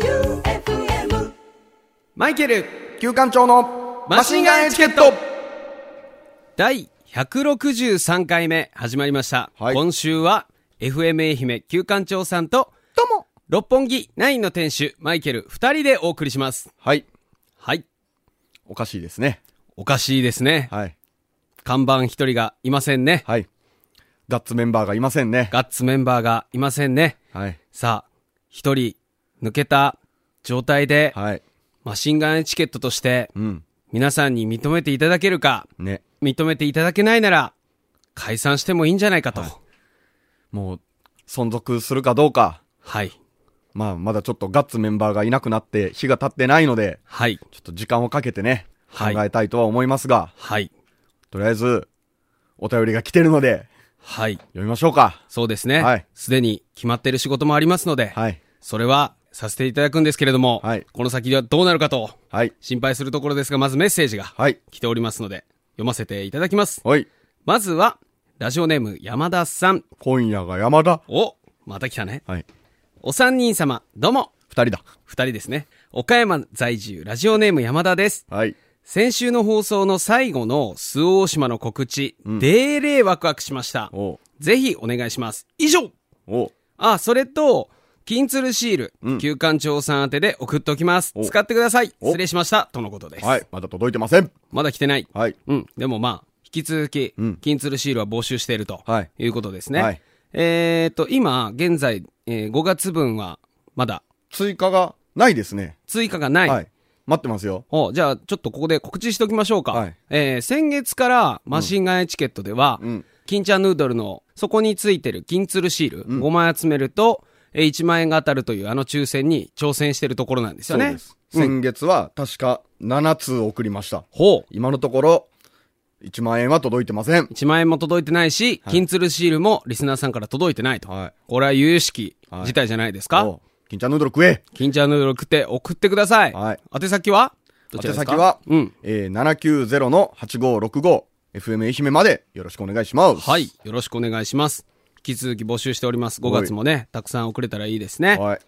J-O-E-U-F-M マイケル旧館長のマシンガンエチケット第163回目始まりました。はい今週は FM 愛媛旧館長さんとどうも六本木ナインの店主マイケル二人でお送りします。はい。はい。おかしいですね。おかしいですね。はい。看板一人がいませんね。はい。ガッツメンバーがいませんね。ガッツメンバーがいませんね。はい。さあ、一人抜けた状態で、はい。マシンガンエチケットとしてうん。皆さんに認めていただけるか、ね。認めていただけないなら、解散してもいいんじゃないかと。もう、存続するかどうか。はい。まあ、まだちょっとガッツメンバーがいなくなって、日が経ってないので、はい。ちょっと時間をかけてね、考はいえたいとは思いますが、はい。とりあえず、お便りが来てるので、はい。読みましょうか。そうですね。はいすでに決まってる仕事もありますので、はい。それはさせていただくんですけれども、はいこの先ではどうなるかとはい。心配するところですが、まずメッセージがはい。来ておりますので、読ませていただきます。はい。まずは、ラジオネーム山田さん。今夜が山田。お、また来たね。はい。お三人様、どうも。二人だ。二人ですね。岡山在住、ラジオネーム山田です。はい。先週の放送の最後の周防大島の告知、デーレーワクワクしました。おうぜひお願いします。以上おうあ、それと、金鶴シール、ん旧館長さん宛てで送っておきます。お使ってください。お失礼しました。とのことです。はい。まだ届いてません。まだ来てない。はい。うん。でもまあ、引き続き、金鶴シールは募集していると、はいい、うことですね。はいえっと、今、現在、え5月分は、まだ、追加がないですね。追加がない。はい。待ってますよ。おじゃあ、ちょっとここで告知しておきましょうか。はいえー先月から、マシンガンエチケットでは、うん。金ちゃんヌードルの、そこについてる金鶴シール、5枚集めると、えー1万円が当たるというあの抽選に挑戦してるところなんですよね。そうです先月は確か7通送りました。ほう。今のところ、1万円は届いてません。 1万円も届いてないし、金鶴シールもリスナーさんから届いてないと。はいこれは有識事態じゃないですか、おう金ちゃんヌードル食え金ちゃんヌードル送って送ってください。はい宛先はどちら宛ですか先は、うん。えー、790-8565、FM 愛媛までよろしくお願いします。はい。。よろしくお願いします。引き続き募集しております。5月もね、たくさん送れたらいいですね。はい。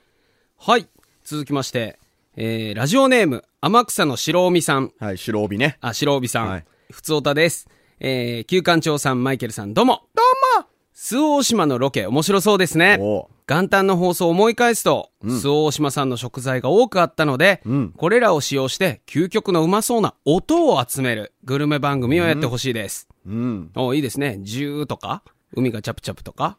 はい。続きまして、えー、ラジオネーム、天草の白帯さん。はい、白帯ね。あ、白帯さん。はいふつおたです。えー、旧館長さん、マイケルさん、どうも。どうも周防大島のロケ、面白そうですね。おう元旦の放送を思い返すと、周防大島さんの食材が多くあったので、うんこれらを使用して、究極のうまそうな音を集めるグルメ番組をやってほしいです。うん。おいいですね。ジューとか、海がチャプチャプとか、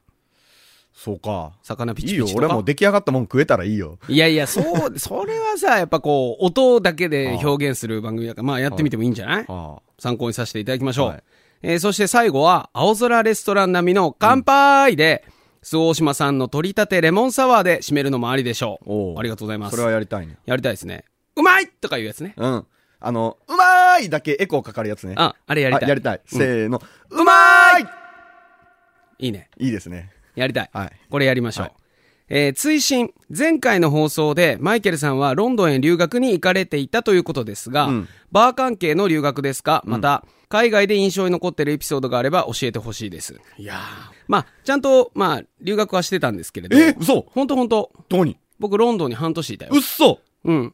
そうか。魚ピいチいピよチ、とか。俺はもう出来上がったもん食えたらいいよ。いやいや、そう、 それはさ、やっぱこう、音だけで表現する番組だから、まあやってみてもいいんじゃないあ参考にさせていただきましょう。はいえーそして最後は、青空レストラン並みの乾杯で、周防大島さんの取り立てレモンサワーで締めるのもありでしょう。おうありがとうございあ。ます。それはやりたいね。やりたいですね。うまいとかいうやつね。うん。あの、うまーいだけエコーかかるやつね。あ、あれやりたい。あやりたい。せーの。うまーいいね。いいいですね。やりたい。はいこれやりましょう。はいえー追伸、前回の放送で、マイケルさんはロンドンへ留学に行かれていたということですが、んバー関係の留学ですか、また、海外で印象に残ってるエピソードがあれば教えてほしいです。いやまあ、ちゃんと、まあ、留学はしてたんですけれど。え嘘ほんとほんと。どこに僕、ロンドンに半年いたようっ。そうん。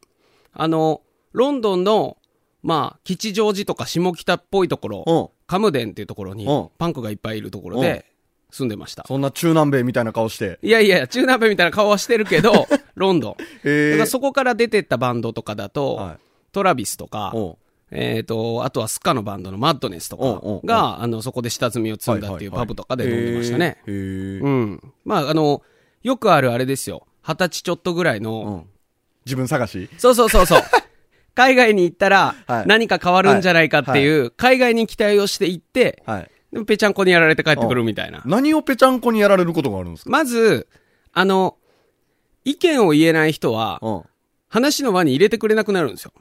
あの、ロンドンの、まあ、吉祥寺とか下北っぽいところ、うん。カムデンっていうところにうん、パンクがいっぱいいるところで、住んでました。そんな中南米みたいな顔して。いやいや、中南米みたいな顔はしてるけ ど、ロンドン。だえからそこから出てったバンドとかだと、はいトラビスとか、おうえっ、と、あとはスカのバンドのマッドネスとおうおうおかうが、あの、そこで下積みを積んだっていうパブとかで飲んでましたね。へーへーうん。まあ、あの、よくあるあれですよ。二十歳ちょっとぐらいの、うん自分探しそうそうそう そう。海外に行ったらはい何か変わるんじゃないかっていう、海外に期待をして行って、はい。でもぺちゃんこにやられて帰ってくるみたいな。何をぺちゃんこにやられることがあるんですかまず、あの、意見を言えない人は、うん。話の輪に入れてくれなくなるんですよ。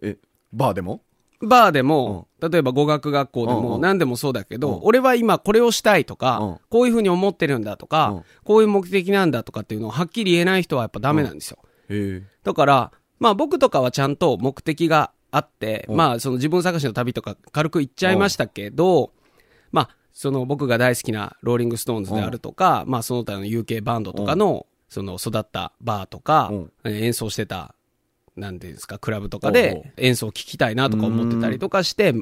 え、バーでもバーでも、例えば語学学校でうんもうん何でもそうだけど、うん俺は今これをしたいとか、うんこういうふうに思ってるんだとか、うんこういう目的なんだとかっていうのをはっきり言えない人はやっぱダメなんですよ。へだから、まあ僕とかはちゃんと目的があって、うんまあその自分探しの旅とか軽く行っちゃいましたけど、まあその僕が大好きなローリングストーンズであるとか、まあその他の UK バンドとかのその育ったバーとか、うんえー演奏してた、なんていうんですか、クラブとかほうほで演奏聞きたいなとか思ってたりとかして、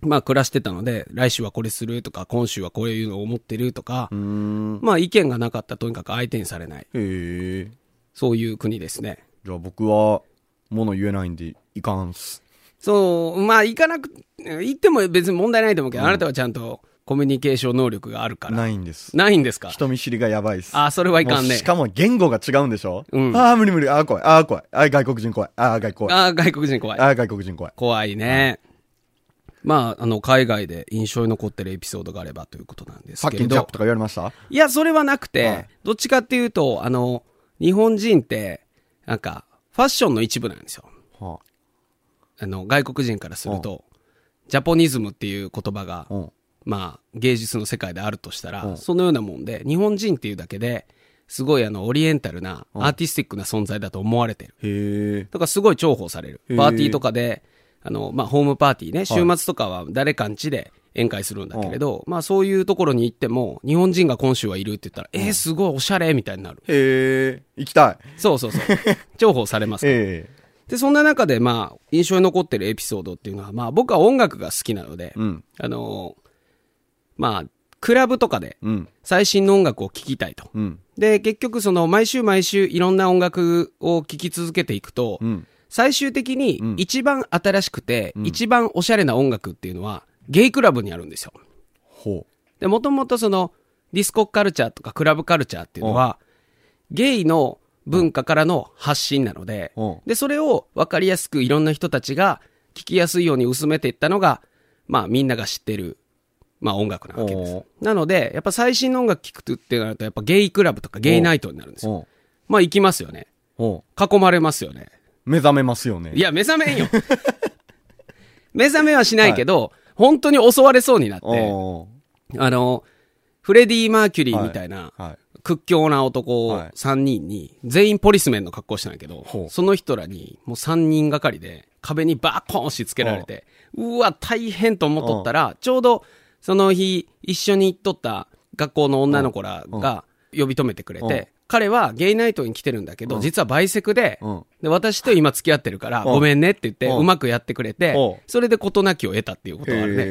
まあ暮らしてたので、来週はこれするとか、今週はこういうのを思ってるとか、うん。まあ意見がなかったらとにかく相手にされない。へえ。そういう国ですね。じゃあ僕は、物言えないんで、いかんっす。そう、まあ行かなく、行っても別に問題ないと思うけど、あなたはちゃんとコミュニケーション能力があるから。ないんです。ないんですか人見知りがやばいっす。あそれはいかんねもうしかも言語が違うんでしょうんああ、無理無理。ああ、怖い。ああ、怖い。ああ、外国人怖い。ああ、外国。あああ、外国人怖い。あ、外国人怖い。怖いね。まあ、あの、海外で印象に残ってるエピソードがあればということなんですさっけきれのジャッどク。とか言われましたいや、それはなくて、はいどっちかっていうと、あの、日本人って、なんか、ファッションの一部なんですよ。はあの、外国人からすると、ジャポニズムっていう言葉があ、うん。まあ、芸術の世界であるとしたら、うんそのようなもんで、日本人っていうだけで、すごいあの、オリエンタルな、アーティスティックな存在だと思われてる。へえ。だからすごい重宝されるへ。ーパーティーとかで、あの、まあ、ホームパーティーね、週末とかは誰かん家で宴会するんだけれど、まあ、そういうところに行っても、日本人が今週はいるって言ったら、えー、すごいおしゃれみたいになる。へえ。行きたい。そうそう そう。重宝されますから。ええ。で、そんな中で、まあ、印象に残ってるエピソードっていうのは、まあ、僕は音楽が好きなので、うん。あのーまあ、クラブとかで、うん。最新の音楽を聴きたいと。うん。で、結局その毎週毎週いろんな音楽を聴き続けていくと、うん。最終的にん一番新しくて、一番おしゃれな音楽っていうのは、ゲイクラブにあるんですよ。ほで、もともとその、ディスコカルチャーとかクラブカルチャーっていうのは、ゲイの文化からの発信なのでうん、で、それを分かりやすくいろんな人たちが聞きやすいように薄めていったのが、まあみんなが知ってる、まあ音楽なわけでおすう。なので、やっぱ最新の音楽聞くってなると、やっぱゲイクラブとかゲイナイトになるんですう。よ。ほまあ行きますよね。う。ほ囲まれますよね。う。目覚めますよね。いや、目覚めん よ。目覚めはしないけど、本当に襲われそうになっおて、おあの、フレディ・マーキュリーみたいな、はい。屈強な男はい3人に、全員ポリスメンの格好してないけどほ、うその人らにもう3人がかりで壁にバーコーン押し付けられて、うわ、大変と思っとったら、ちょうどその日一緒に行っとった学校の女の子らが呼び止めてくれうんて、彼はゲイナイトに来てるんだけど、実はバイセクでうん、で私と今付き合ってるから、うんごめんねって言って、うんうまくやってくれうんて、それで事なきを得たっていうことがあるね。へ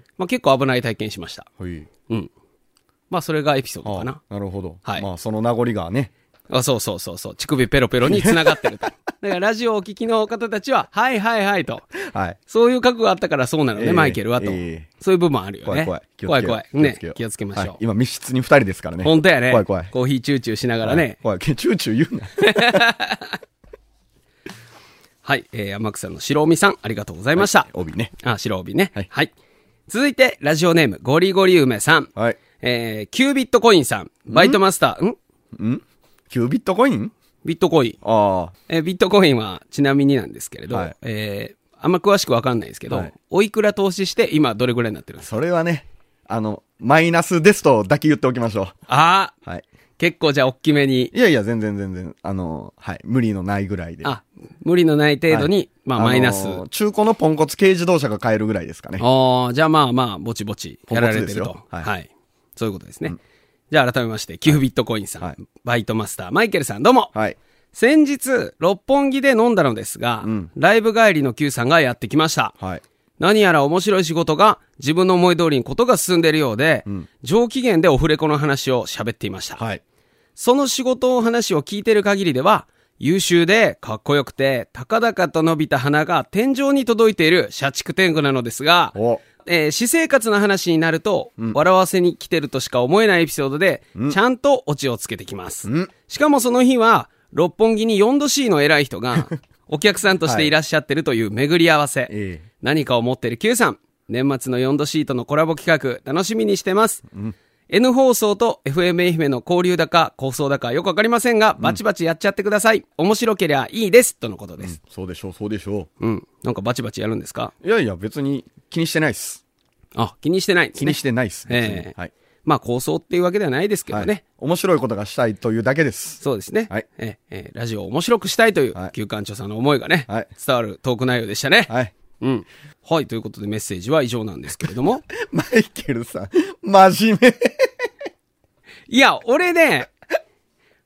え。まあ結構危ない体験しました。はい。うん。まあそれがエピソードあかな。なるほど。はいまあ、その名残がね。あそうそうそうそう。乳首ペロペロに繋がってる と。だからラジオをお聞きの方たちは、はいはいはいと。はい。そういう覚悟があったからそうなのね、ええマイケルはと、ええそういう部分あるよ怖ね。い怖い。気をつけよう怖い怖い。ねよう。気をつけましょう。はい今、密室に二人ですからね。本当やね。怖い怖い。コーヒーチューチューしながらはいね。怖い。チューチュー言う な。はい。えー、天草の白帯さん、ありがとうございました。帯ね。あ、白帯ね。ははいい。続いて、ラジオネーム、ゴリゴリ梅さん。はい。えー、キュービットコインさん。バイトマスター、んんキュービットコインビットコイン。ああ。えービットコインはちなみになんですけれど、はいえーあんま詳しくわかんないですけど、はいおいくら投資して今どれぐらいになってるんですかそれはね、あの、マイナスですとだけ言っておきましょあう。はい。あ、結構じゃあ大きめに、いやいや、全然全然、あの、はい。無理のないぐらいで。あ、無理のない程度に、はいまあマイナス。ああの中古のポンコツ軽自動車が買えるぐらいですかね。ーじゃあまあまあ、ぼちぼちやられてるポンコとツで。すはよい、はそういうことですね。じゃあ改めまして、キュービットコインさん、はいバイトマスター、マイケルさん、どうも。はい。先日、六本木で飲んだのですが、んライブ帰りの Q さんがやってきました。はい。何やら面白い仕事が自分の思い通りにことが進んでいるようで、上機嫌でオフレコの話を喋っていました。はい。その仕事の話を聞いている限りでは、優秀でかっこよくて、高々と伸びた花が天井に届いている社畜天狗なのですが、お。えー私生活の話になると、笑わせに来てるとしか思えないエピソードで、ちゃんとオチをつけてきます。んしかもその日は、六本木に 4°C の偉い人 が、お客さんとしていらっしゃってるという巡り合わせ。ええ何かを持ってる Q さん。年末の4度シートのコラボ企画、楽しみにしてます。N 放送と FM 愛媛の交流だか、構想だかよくわかりませんが、バチバチやっちゃってください。面白けりゃいいです。とのことです。そうでしょう、そうでしょうん。なんかバチバチやるんですかう。いやいや、別に気にしてないっす。あ、気にしてないんです気ね、にしてないっす。別にええはい。まあ構想っていうわけではないですけどね。はい。面白いことがしたいというだけです。そうですね。はいええラジオを面白くしたいというはい、旧館長さんの思いがね、はい伝わるトーク内容でしたね。はい。うん。はい、ということでメッセージは以上なんですけれども。マイケルさん、真面目。いや、俺ね、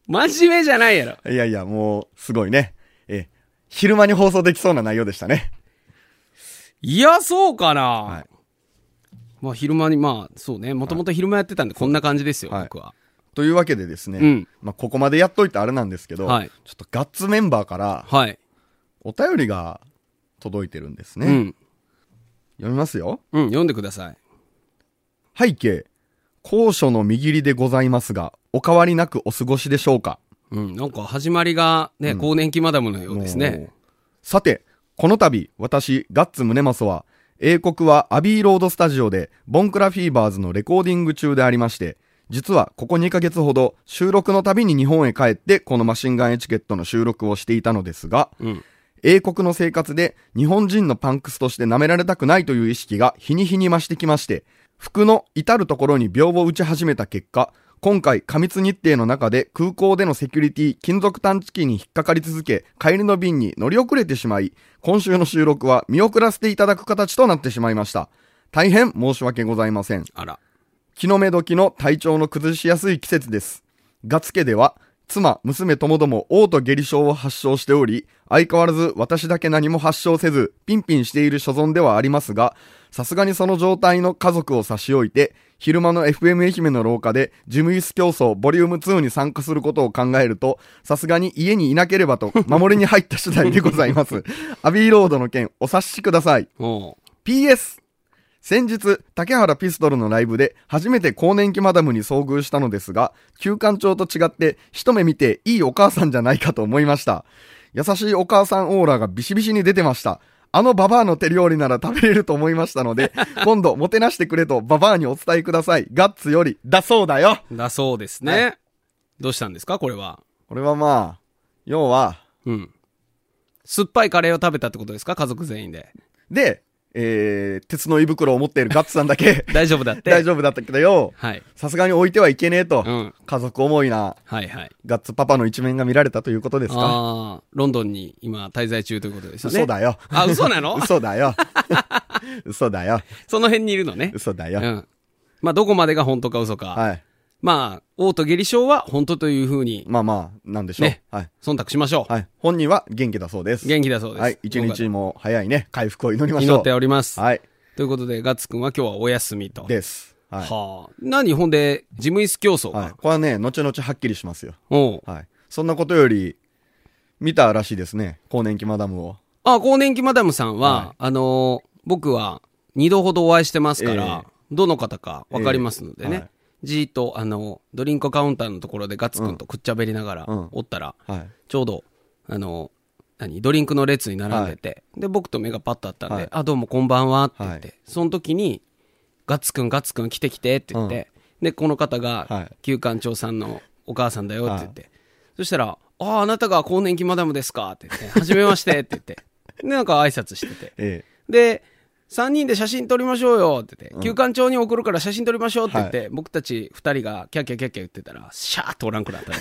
真面目じゃないやろ。いやいや、もう、すごいね。え、昼間に放送できそうな内容でしたね。いや、そうかな、はいまあ、昼間に、まあ、そうね。もともと昼間やってたんで、こんな感じですよ、はい僕は。 というわけでですね、うんまあ、ここまでやっといてあれなんですけど、はいちょっとガッツメンバーからはい。お便りが届いてるんですね。うん。読みますよ。うん、読んでください。背景、高所の見切りでございますが、お変わりなくお過ごしでしょうかうん、なんか始まりがね、更年期マダムのようですもねう。さて、この度、私、ガッツムネマソは、英国はアビーロードスタジオで、ボンクラフィーバーズのレコーディング中でありまして、実はここ2ヶ月ほど、収録のたびに日本へ帰って、このマシンガンエチケットの収録をしていたのですが、うん。英国の生活で日本人のパンクスとして舐められたくないという意識が日に日に増してきまして、服の至るところに秒を打ち始めた結果、今回過密日程の中で空港でのセキュリティ金属探知機に引っかかり続け、帰りの便に乗り遅れてしまい、今週の収録は見送らせていただく形となってしまいました。大変申し訳ございません。あら。気の目時の体調の崩しやすい季節です。ガツ家では、妻、娘ともども、嘔吐下痢症を発症しており、相変わらず私だけ何も発症せず、ピンピンしている所存ではありますが、さすがにその状態の家族を差し置いて、昼間の FM 愛媛の廊下で、ジムイス競争ボリューム2に参加することを考えると、さすがに家にいなければと、守りに入った次第でございます。アビーロードの件、お察しください。おう PS 先日、竹原ピストルのライブで初めて更年期マダムに遭遇したのですが、旧館長と違って一目見ていいお母さんじゃないかと思いました。優しいお母さんオーラがビシビシに出てました。あのババアの手料理なら食べれると思いましたの で、今度もてなしてくれとババアにお伝えください。ガッツより、だそうだよ。だそうですね。どうしたんですかこれは。これはまあ、要は、うん。酸っぱいカレーを食べたってことですか家族全員で。で、えー、鉄の胃袋を持っているガッツさんだけ大丈夫だって。 大丈夫だったけどよ、はい。さすがに置いてはいけねえと、うん家族思いなはいはい。ガッツパパの一面が見られたということですかああ、ロンドンに今滞在中ということですよね。嘘だよ。あ、嘘なの嘘だよ。 嘘だよ。その辺にいるのね。嘘だうよ。ん。まあ、どこまでが本当か嘘か。はい。まあ、王と下痢症は本当というふうに、まあまあ、なんでしょうね。はい。忖度しましょう。はい。本人は元気だそうです。元気だそうです。はい。一日も早いね、回復を祈りましょう。祈っております。はい。ということで、ガッツくんは今日はお休みと。です。はい。はあ。何ほんで、事務椅子競争か。はい。これはね、後々はっきりしますよ。おうはい。そんなことより、見たらしいですね。更年期マダムを。あ、更年期マダムさんは、はあのー僕は二度ほどお会いしてますから、どの方かわかりますのでね。ええはいじーっと、あの、ドリンクカウンターのところでガッツくんとくっちゃべりながらうんおったら、はい。ちょうど、あの、何ドリンクの列に並んでて、で、僕と目がパッとあったんで、はいあ、どうもこんばんはって言って、はその時に、ガッツくん、ガッツくん来て来てって言って、で、この方が、はい旧館長さんのお母さんだよって言って、そしたら、ああ、あなたが更年期マダムですかって言って、はじめましてって言って、で、なんか挨拶してて、えで、3人で写真撮りましょうよって言って、休館長に送るから写真撮りましょうって言って、僕たち2人がキャッキャキャッキャ言ってたら、シャーっとおらんくなったね。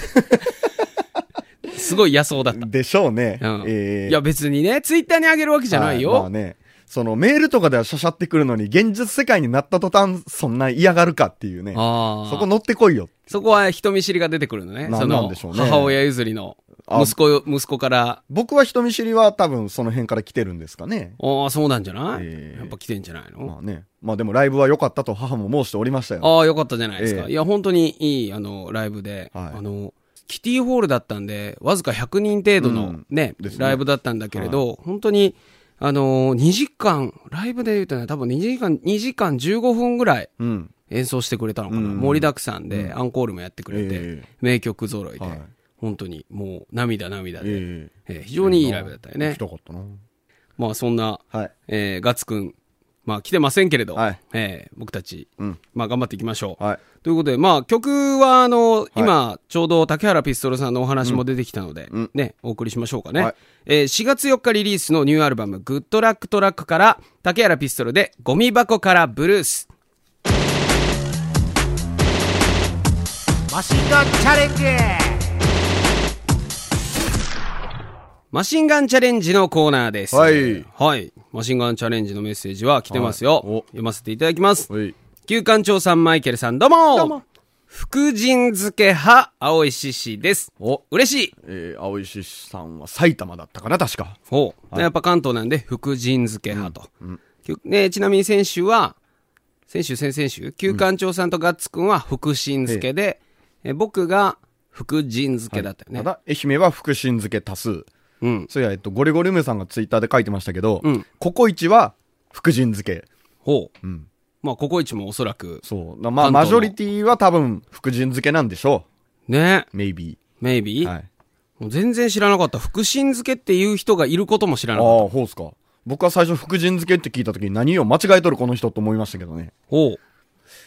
すごい野草だっえ。でしょうね。た。うんええいや別にね、ツイッターにあげるわけじゃないよ。はまあね。そのメールとかではしゃしゃってくるのに、現実世界になった途端、そんな嫌がるかっていうね。あーそこ乗ってこいよ。そこは人見知りが出てくるのね。なそなんのでしょうね母親譲りのあ息子よ、息子から、僕は人見知りは多分その辺から来てるんですかね。ああ、そうなんじゃない、ええやっぱ来てんじゃないの、まあね。まあでもライブは良かったと母も申しておりましたよ。ああ、よかったじゃないですか。ええいや、本当にいい、あの、ライブで、はいあの、キティホールだったんで、わずか100人程度うのんね、ですねライブだったんだけれど、本当に、あのー、2時間、ライブで言うとね、多分2時間、2時間15分ぐらいうん。演奏してくれたのかな。うん盛りだくさんで、アンコールもやってくれて、ええ名曲揃いで、はい本当にもう涙涙で、ええええ非常にいいライブだったよね来。たかったな。まあそんな、はい。えーガッツくん、まあ来てませんけれど、はいえー僕たち、うんまあ頑張っていきましょう。はい。ということで、まあ曲はあの、今、ちょうど竹原ピストルさんのお話も出てきたので、うんね、お送りしましょうかね。はいえー4月4日リリースのニューアルバム、グッドラックトラックから、竹原ピストルで、ゴミ箱からブルース。マシンガンチャレンジマシンガンチャレンジのコーナーです。はいはい。マシンガンチャレンジのメッセージは来てますよ。はいお読ませていただきます。はい。旧館長さん、マイケルさん、どうもどうも福神漬け派、青い獅子です。お、嬉しいえー、青石さんは埼玉だったかな、確か。ほう、やっぱ関東なんで、福神漬け派と。ね、ちなみに先週は、先週、先々週、旧館長さんとガッツくんは福神漬けで、え僕が福神漬けだったよね。ただ、愛媛は福神漬け多数。うん。そういや、えっと、ゴリゴリ梅さんがツイッターで書いてましたけど、うんココイチは福神漬け。ほう。んまあ、ココイチもおそらく、そう。なま関東のあ、マジョリティは多分福神漬けなんでしょね、う。maybe。メイビー、はい。もう全然知らなかった。福神漬けっていう人がいることも知らああなかった。ー、ほうっすか。僕は最初福神漬けって聞いた時に何を間違えとるこの人と思いましたけどね。ほう。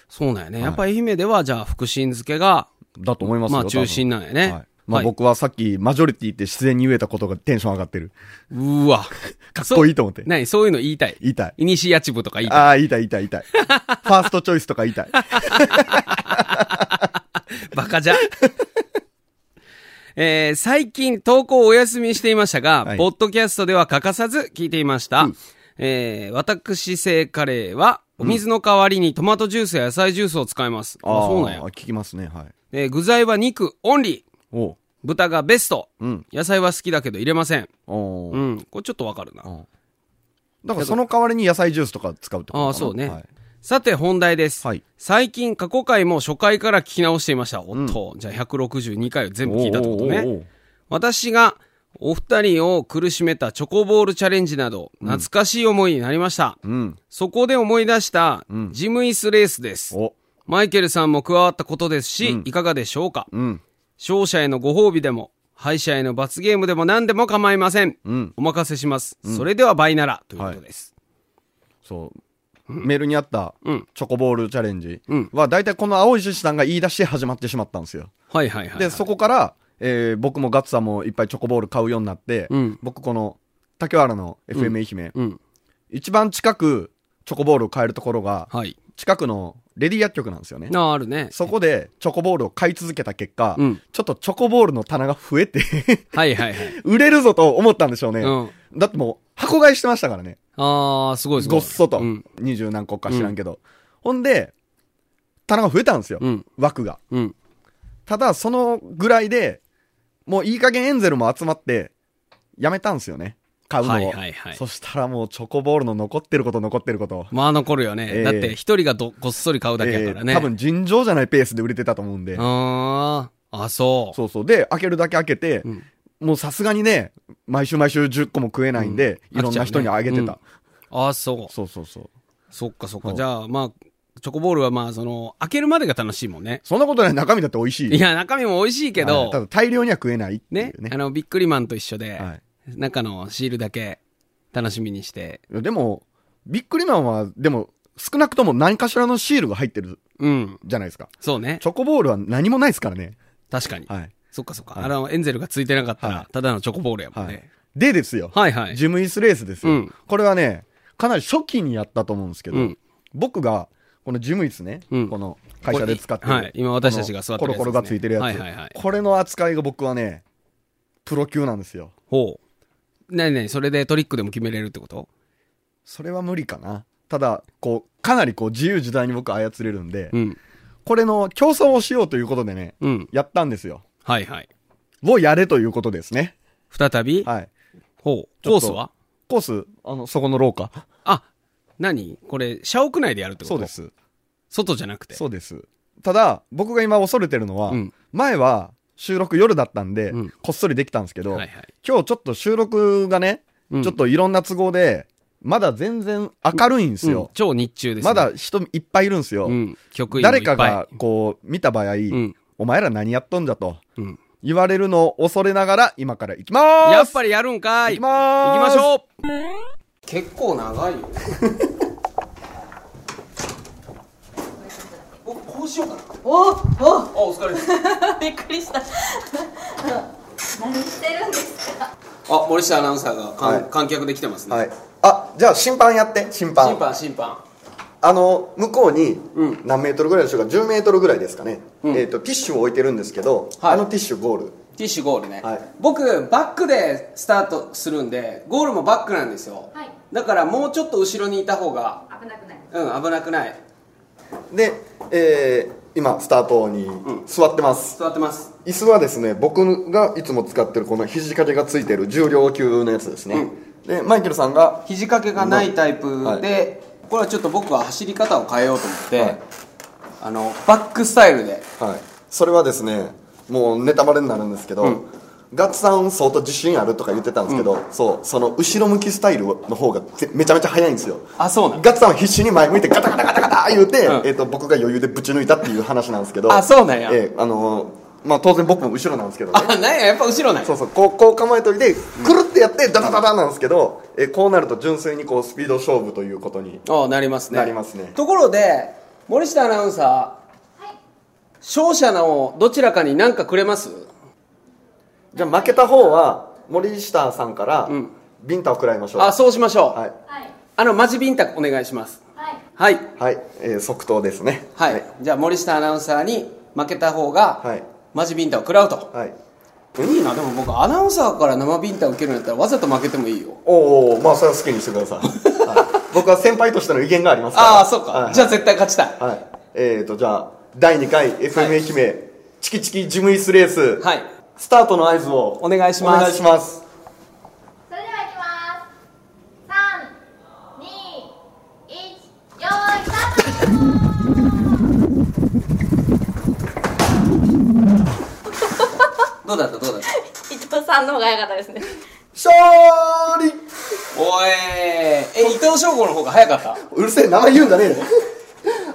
そうなんやね。やっぱ愛媛では、じゃあ、福神漬けが、だと思いますよまあ、中心ななんやね。はい。まあ、はい僕はさっきマジョリティって自然に言えたことがテンション上がってる。う わ。かっこいいと思って何そういうの言いたい。言いたい。イニシアチブとか言いたい。ああ、言いたい言いたい言いたい。フ ァーストチョイスとか言いたい。バカじゃ。 えー最近投稿をお休みしていましたが、はいポッドキャストでは欠かさず聞いていました。えー私製カレーは、お水の代わりにトマトジュースや野菜ジュースを使います。あ、ーそうなんや。聞きますね、はい。えー具材は肉オンリー。おう。豚がベスト。うん。野菜は好きだけど入れません。おーうん。これちょっとわかるな。うんだからその代わりに野菜ジュースとか使うってことかなあーそうねはいさて本題です。はい最近過去回も初回から聞き直していました。おっと、じゃあ162回を全部聞いたってことね。おーおーおー私がお二人を苦しめたチョコボールチャレンジなど、懐かしい思いになりました。うん。そこで思い出した、ジムイスレースです。お。マイケルさんも加わったことですし、いかがでしょうか、うん。勝者へのご褒美でも、敗者への罰ゲームでも何でも構いません。うん。お任せします。それでは倍なら、ということです。そう。メールにあったうん、チョコボールチャレンジうんは、大体この青い獅子さんが言い出して始まってしまったんですよ。はい、はいはいはいで、そこから、えー僕もガッツさんもいっぱいチョコボール買うようになってうん、僕この、竹原の FM 愛媛、うん。一番近くチョコボールを買えるところが、はい。近くのレディ薬局なんですよね。なあ、あるね。そこでチョコボールを買い続けた結果、うんちょっとチョコボールの棚が増えて はいはいはい。売れるぞと思ったんでしょうね。うんだってもう箱買いしてましたからね。ああ、すごいすごごい。っそとうん。。二十、何個か知らんけど。ほんで、棚が増えたんですよ。うん枠が。うん。ただ、そのぐらいで、もういい加減エンゼルも集まって、やめたんですよね。買うのを。はいはいはいそしたらもうチョコボールの残ってること残ってること。まあ残るよね。えーだって一人がどごっそり買うだけやからね。えー多分尋常じゃないペースで売れてたと思うんで。あーあ、そう。そうそう。で、開けるだけ開けて、んもうさすがにね、毎週毎週10個も食えないんで、うんいろんな人にあげてた。飽きちゃうねああ、そう。そうそうそう。そっかそっそか。うじゃあ、まあ、チョコボールはまあ、その、開けるまでが楽しいもんね。そんなことない中身だって美味しい。いや、中身も美味しいけはいたど、だ大量には食えないっていねうね。、あの、ビックリマンと一緒で、はい中のシールだけ楽しみにして、いやでも、ビックリマンは、でも、少なくとも何かしらのシールが入ってるうん。じゃないですか。そうねチ。ョコボールは何もないですからね。確かに。はい。そっかそっか。はいあの、エンゼルがついてなかったら、はただのチョコボールやもんはいね。。でですよ。はい、はい、ジムイスレースですよ、うんこれはね、かなり初期にやったと思うんですけど、うん僕が、このジムイスね、うんこの会社で使ってる、はい今私たちが座ってるやつですねこのコロコロがついてるやつ、はいはいはいこれの扱いが僕はね、プロ級なんですよ。ほう。なになに、それでトリックでも決めれるってことそれは無理かな。ただ、こう、かなりこう自由自在に僕操れるんで、うん。これの競争をしようということでね、うん。やったんですよ。はいはい。をやれということですね。再び、はい。ほう。ちょコっーとスはコース、あの、そこの廊下。あ、何これ、社屋内でやるってことそうで。す。外じゃなくて。そうです。ただ、僕が今恐れてるのは、うん前は収録夜だったんで、うんこっそりできたんですけど、はいはい。今日ちょっと収録がね、うんちょっといろんな都合で、まだ全然明るいんですうんよ。超日中です、ね。まだ、人いっぱいいるんですよ。うん、局員もい誰っぱかいが、こう、見た場合、んお前ら何やっとんじゃと、うん言われるのを恐れながら、今から行きまーすやっぱりやるんかい行きまーす行きましょう結構長 いよ。僕、こうしようかな。おおあ、お疲れです。びっくりした何してるんですかあ、森下アナウンサーが、はい観客で来てますね。はい。あ、じゃあ審判やって、審判。審判、審判。あの、向こうにうん何メートルぐらいでしょうか、10メートルぐらいですかね。うんえっ、と、ティッシュを置いてるんですけど、はいあのティッシュゴール。ティッシュゴールね、はい僕バックでスタートするんでゴールもバックなんですよ、はいだからもうちょっと後ろにいた方が危なくないうん危なくないで、えー今スタートに座ってます、座ってます椅子はですね僕がいつも使ってるこの肘掛けがついてる重量級のやつですね、でマイケルさんが肘掛けがないタイプで、はいこれはちょっと僕は走り方を変えようと思って、はいあのバックスタイルではいそれはですねもうネタバレになるんですけど、ガッツさん相当自信あるとか言ってたんですけど、そうその後ろ向きスタイルの方がぜめちゃめちゃ速いんですよあそうなんガッツさんは必死に前向いてガタガタガタガタ言うて、うんえー、と僕が余裕でぶち抜いたっていう話なんですけどあそうなんやえーあのーまあ、当然僕も後ろなんですけどねあなんややっぱ後ろないそうそうこうこう構えといてくるってやってダダダダなんですけど、えこうなると純粋にこうスピード勝負ということにああなりますねなりますねところで森下アナウンサー、勝者のどちらかに何かくれますじゃあ負けた方は森下さんからんビンタを食らいましょう、あそうしましょう、はい、はいあのマジビンタお願いしますはいはいはいえー即答ですねはい、じゃあ森下アナウンサーに負けた方が、はいマジビンタを食らうと、はいいいなでも僕アナウンサーから生ビンタ受けるんやったらわざと負けてもいいよおーおーまあそれは好きにしてください、はい、僕は先輩としての威厳がありますからああそうか、はい、じゃあ絶対勝ちたいあ、はい、えーとじゃあ第2回 FM 愛媛、チキチキジムイスレース、はいスタートの合図をお願いしますお願いしますそれではいきます三二一よーいスタートどうだったどうだっ伊た 藤さんの方が良かったですね勝利おいえ伊藤翔吾の方が早かったうるせえ名前言うんじゃねえよ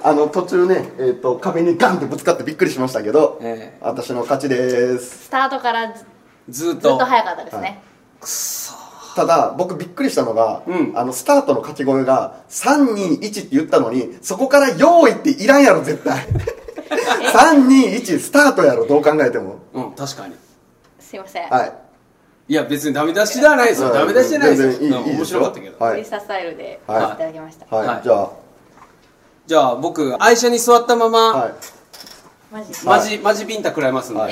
あの途中ね、えー、と壁にガンってぶつかってびっくりしましたけど、え私の勝ちですスタートからずずっずっとと早かったですねただ僕びっくりしたのが、うんあのスタートの掛け声が321って言ったのにそこから「用意っていらんやろ絶対321スタートやろどう考えてもうん確かにすいませんはいいや別にダメ出しではないですよダメ出しじゃないですよ全然いいなんかいい面です白よかったけど、はリい、サスタイルでいはいただきました、はいはいじゃじゃあ僕愛車に座ったまま、あはいマジマジマジビンタ食らいますんでは、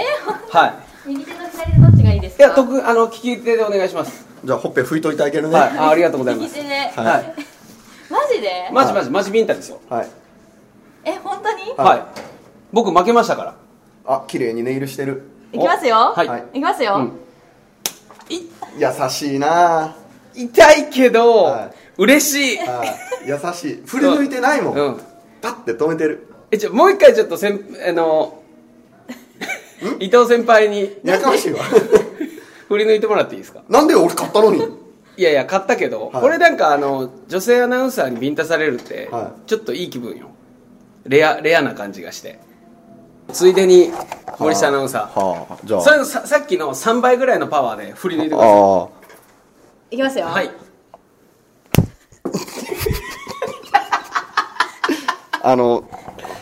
はいい右手と左手どっちがいいですいかや特あの利き手でお願いしますじゃあほっぺ拭いといてあげるねはいあありがとうございま右す手でははい、 マジでマジマジマジビンタですよはいえ本当には、はいい僕負けましたからあ綺麗にネイルしてるいきますよはい、はいいきますよ、うん優しいなあ痛いけど、はい嬉しい、はい優しい振り抜いてないもん、うんパッて止めてるえじゃあもう一回ちょっと先あの伊藤先輩にやかましいわ 振り抜いてもらっていいですかなんで俺買ったのにいやいや買ったけど、はいこれなんかあの女性アナウンサーにビンタされるって、はちょっといい気分よレアレアな感じがしてついでに森下アナウンサはあじゃーあそれのささっきの3倍ぐらいのパワーで振り抜いてくださいあいきますよ、はいああの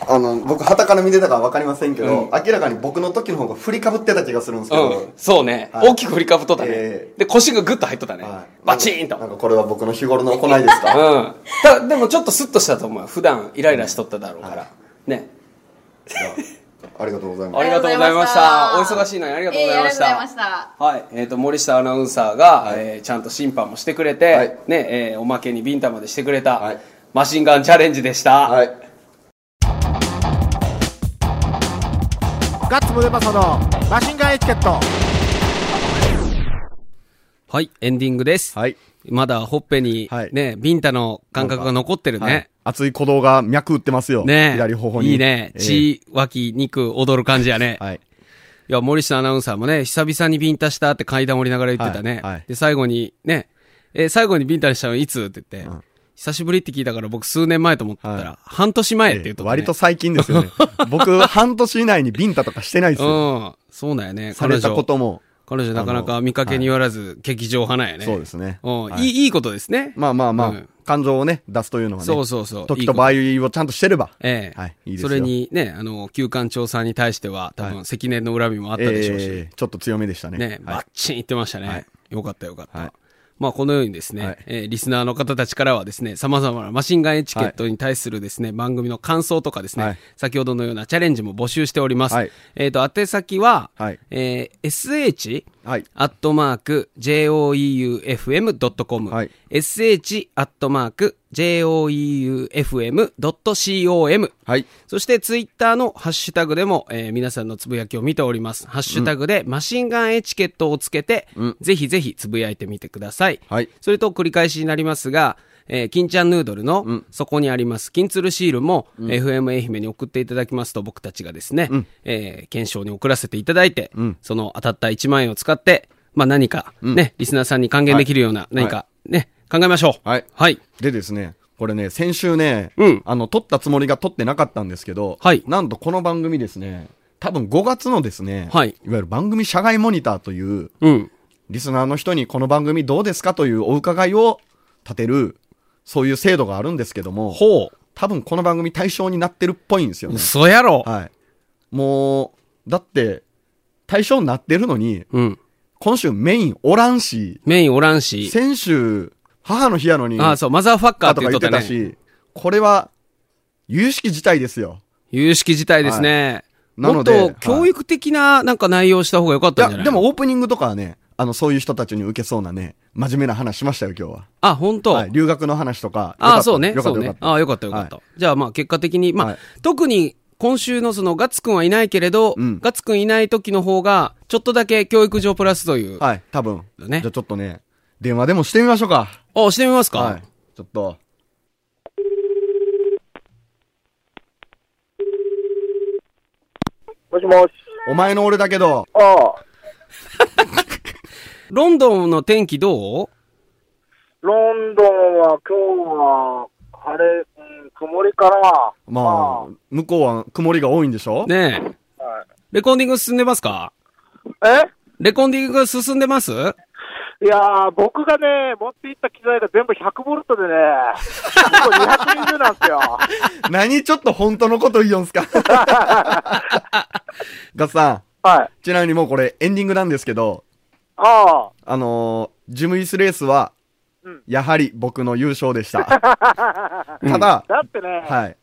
あの僕はたから見てたから分かりませんけど、うん明らかに僕の時の方が振りかぶってた気がするんですけど、うんそうね、はい大きく振りかぶっとったね、えで腰がグッと入っとったね、はいバチーンとなんかこれは僕の日頃の行いです かうんたでもちょっとスッとしたと思う普段イライラしとっただろうから、はねじゃあありがとうございまあすりがとうございましたお忙しいのにありがとうございましえーありがとうごた、ざいましたはい、えー、と森下アナウンサーが、はいえーちゃんと審判もしてくれて、はいねえーおまけにビンタまでしてくれた、はいマシンガンチャレンジでした、はいガッツムネマソのマシンガンエチケットはい、エンディングです、はいまだほっぺに、はいね、ビンタの感覚が残ってるね、熱い鼓動が脈打ってますよねいいね。血、脇、肉、踊る感じやね。はいいや、森下アナウンサーもね、久々にビンタしたって階段降りながら言ってたね。はいはいで、最後に、ね、えー最後にビンタしたのいつって言って、久しぶりって聞いたから僕数年前と思ってたら、はい半年前って言っとった、ね。割と最近です よね僕半年以内にビンタとかしてないですよ、うん。そうなんやね。されたことも彼女。彼女なかなか見かけによらず、劇場派なんやね。そうですねうん、はいい。いいいことですね。まあまあまあ、うん感情をね、出すというのはね。そうそうそう時と場合をちゃんとしてれば。ええはい、いいですそよれにね、あの、旧館長さんに対しては、多は分、積年の恨みもあったでしょうし。ええちょっと強めでしたね。ね、バはいッチンいってましたね。はいよかったよかった。はいまあ、このようにですね、はいえーリスナーの方たちからはですね、様々なマシンガンエチケットに対するですね、番組の感想とかですね、はい先ほどのようなチャレンジも募集しております。はいえっ、と、宛先は、はいえー sh はい。アットマーク、joeufm.com、はい sh、アットマーク、joeufm.com、はい。そしてツイッターのハッシュタグでも、えー皆さんのつぶやきを見ております。ハッシュタグでマシンガンエチケットをつけて、ぜひぜひつぶやいてみてください。はいそれと繰り返しになりますが、えー、金ちゃんヌードルの、そこにあります、金鶴シールも、FM 愛媛に送っていただきますと、僕たちがですね、えー検証に送らせていただいて、その当たった1万円を使って、まあ何か、ね、リスナーさんに還元できるような、何か、ね、考えましょう。はいはい。でですね、これね、先週ね、うんあの、撮ったつもりが撮ってなかったんですけど、はいなんとこの番組ですね、多分5月のですね、はいわゆる番組社外モニターという、うん。リスナーの人にこの番組どうですかというお伺いを立てる、そういう制度があるんですけども、ほう。多分この番組対象になってるっぽいんですよね。嘘やろ。はい。もう、だって、対象になってるのに、うん。今週メインおらんし、メインおらんし。先週、母の日やのに、ああ、そう、マザーファッカーかってと言かっ言とっってたたね。し、これは、有識事態ですよ。有識事態ですね。はいなものっでと教育的ななんか内容をした方が良かっいたんや、じゃないでもオープニングとかはね、あの、そういう人たちに受けそうなね、真面目な話しましたよ、今日は。あ、本当、はい、留学の話とか。よかあっあ、たそうね。よかそったうよね。かあっあ、よかったよかった。はじゃあまあ結果的に、まあ、はい特に今週のそのガッツくんはいないけれど、うんガッツくんいない時の方が、ちょっとだけ教育上プラスという。た。はい、多分。ねじゃあちょっとね、電話でもしてみましょうか。あ、してみますか、はい。ちょっと。もしもし。お前の俺だけど、ああ、ロンドンの天気どうロンドンは今日は晴れ、うん、曇りかな。まあ、向こうは曇りが多いんでしょねえ。レコーディング進んでますかあ。レコーディング進んでますえいやー、僕がね、持っていった機材が全部100ボルトでね、僕220なんですよ。 何ちょっと本当のこと言うんすか ガッツさん、はい。ちなみにもうこれエンディングなんですけど、ああ、あのージムイスレースはうん、やはり僕の優勝で した。ただ、だってね、はい、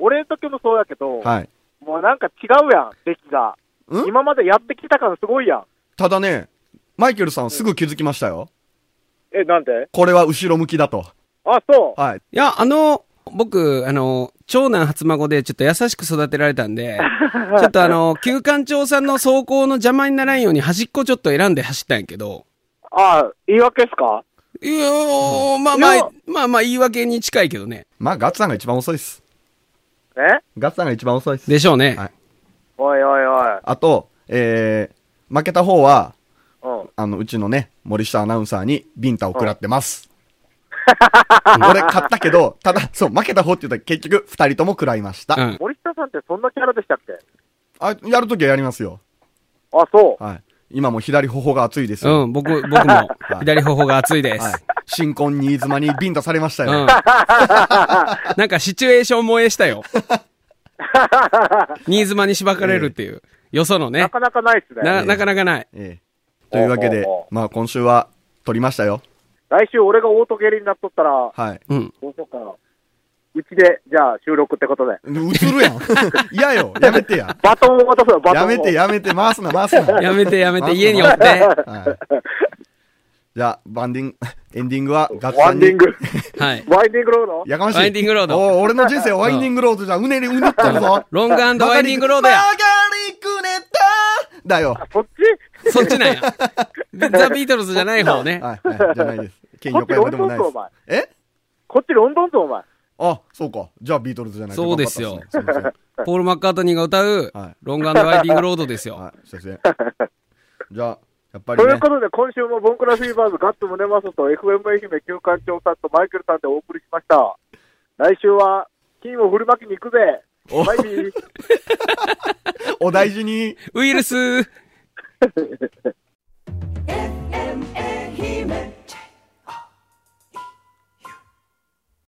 俺の時もそうやけど、はい。もうなんか違うやん、出来が。ん今までやってきた感すごいやん。ただね、マイケルさんすぐ気づきましたよ。え、なんでこれは後ろ向きだと。あ、そう。はい。いや、あの、僕、あの、長男初孫でちょっと優しく育てられたん で、ちょっとあの、旧館長さんの走行の邪魔にならんように端っこちょっと選んで走ったんやけど、ああ、言い訳っすかいやーまあまあ、まあまあ言い訳に近いけどね。まあ、ガッツさんが一番遅いっす。ねガッツさんが一番遅いっす。でしょうね。はいおいおいおい。あと、えー、負けた方は、うん。あの、うちのね、森下アナウンサーにビンタを食らって ます。うん俺、勝ったけど、ただ、そう、負けた方って言ったら結局、二人とも食らいました。うん。森下さんってそんなキャラでしたっけあ、やるときはやりますよ。あ、そう。はい。今も左頬が熱いですよ。うん、僕、僕も、左頬が熱いです。はい。新婚新妻にビンタされましたうん。よ。 なんかシチュエーション萌えしたよ。新妻にしばかれるっていう。よそのなね。かなかないっすね。な、なかなかない。ええというわけでおうおうお、まあ、今週は、取りましたよ。来週俺がオートゲリになっとったら、はい。うん。どうしようかな。うちで、じゃあ収録ってことで。映るやん。 嫌よ。やめてや。バトンを渡すわ、バトンやを。めて、やめて、回すな、回す な。やめてやめて、回すな家におって。はいじゃあ、バンディング、 エンディングは、ガッツワさンんディにング。はい。ワインディングロード やかましい。ワインディングロードお俺の人生はワインディングロードじゃ、うねりうねっとるぞ。ロングワインディングロードや曲がりくねただよ。そっちそっち なんや。ザ・ビートルズじゃない方ね。はい、はい、じゃないです。県横山でもないですこっちロンドンぞ。えこっちロンドンぞ、お前。あ、そうか。じゃあビートルズじゃないそうですよすいません。ポール・マッカートニーが歌うはい、ロングワイディングロードですよ。はい、すいませ ん。じゃあ、やっぱりといねうことで、今週もボンクラフィーバーズ、ガッツムネマソと FM 愛媛旧館長さんとマイケルさんでお送りしました。来週は、金を振りまきに行くぜ。バイビー。お大事に。ウイルス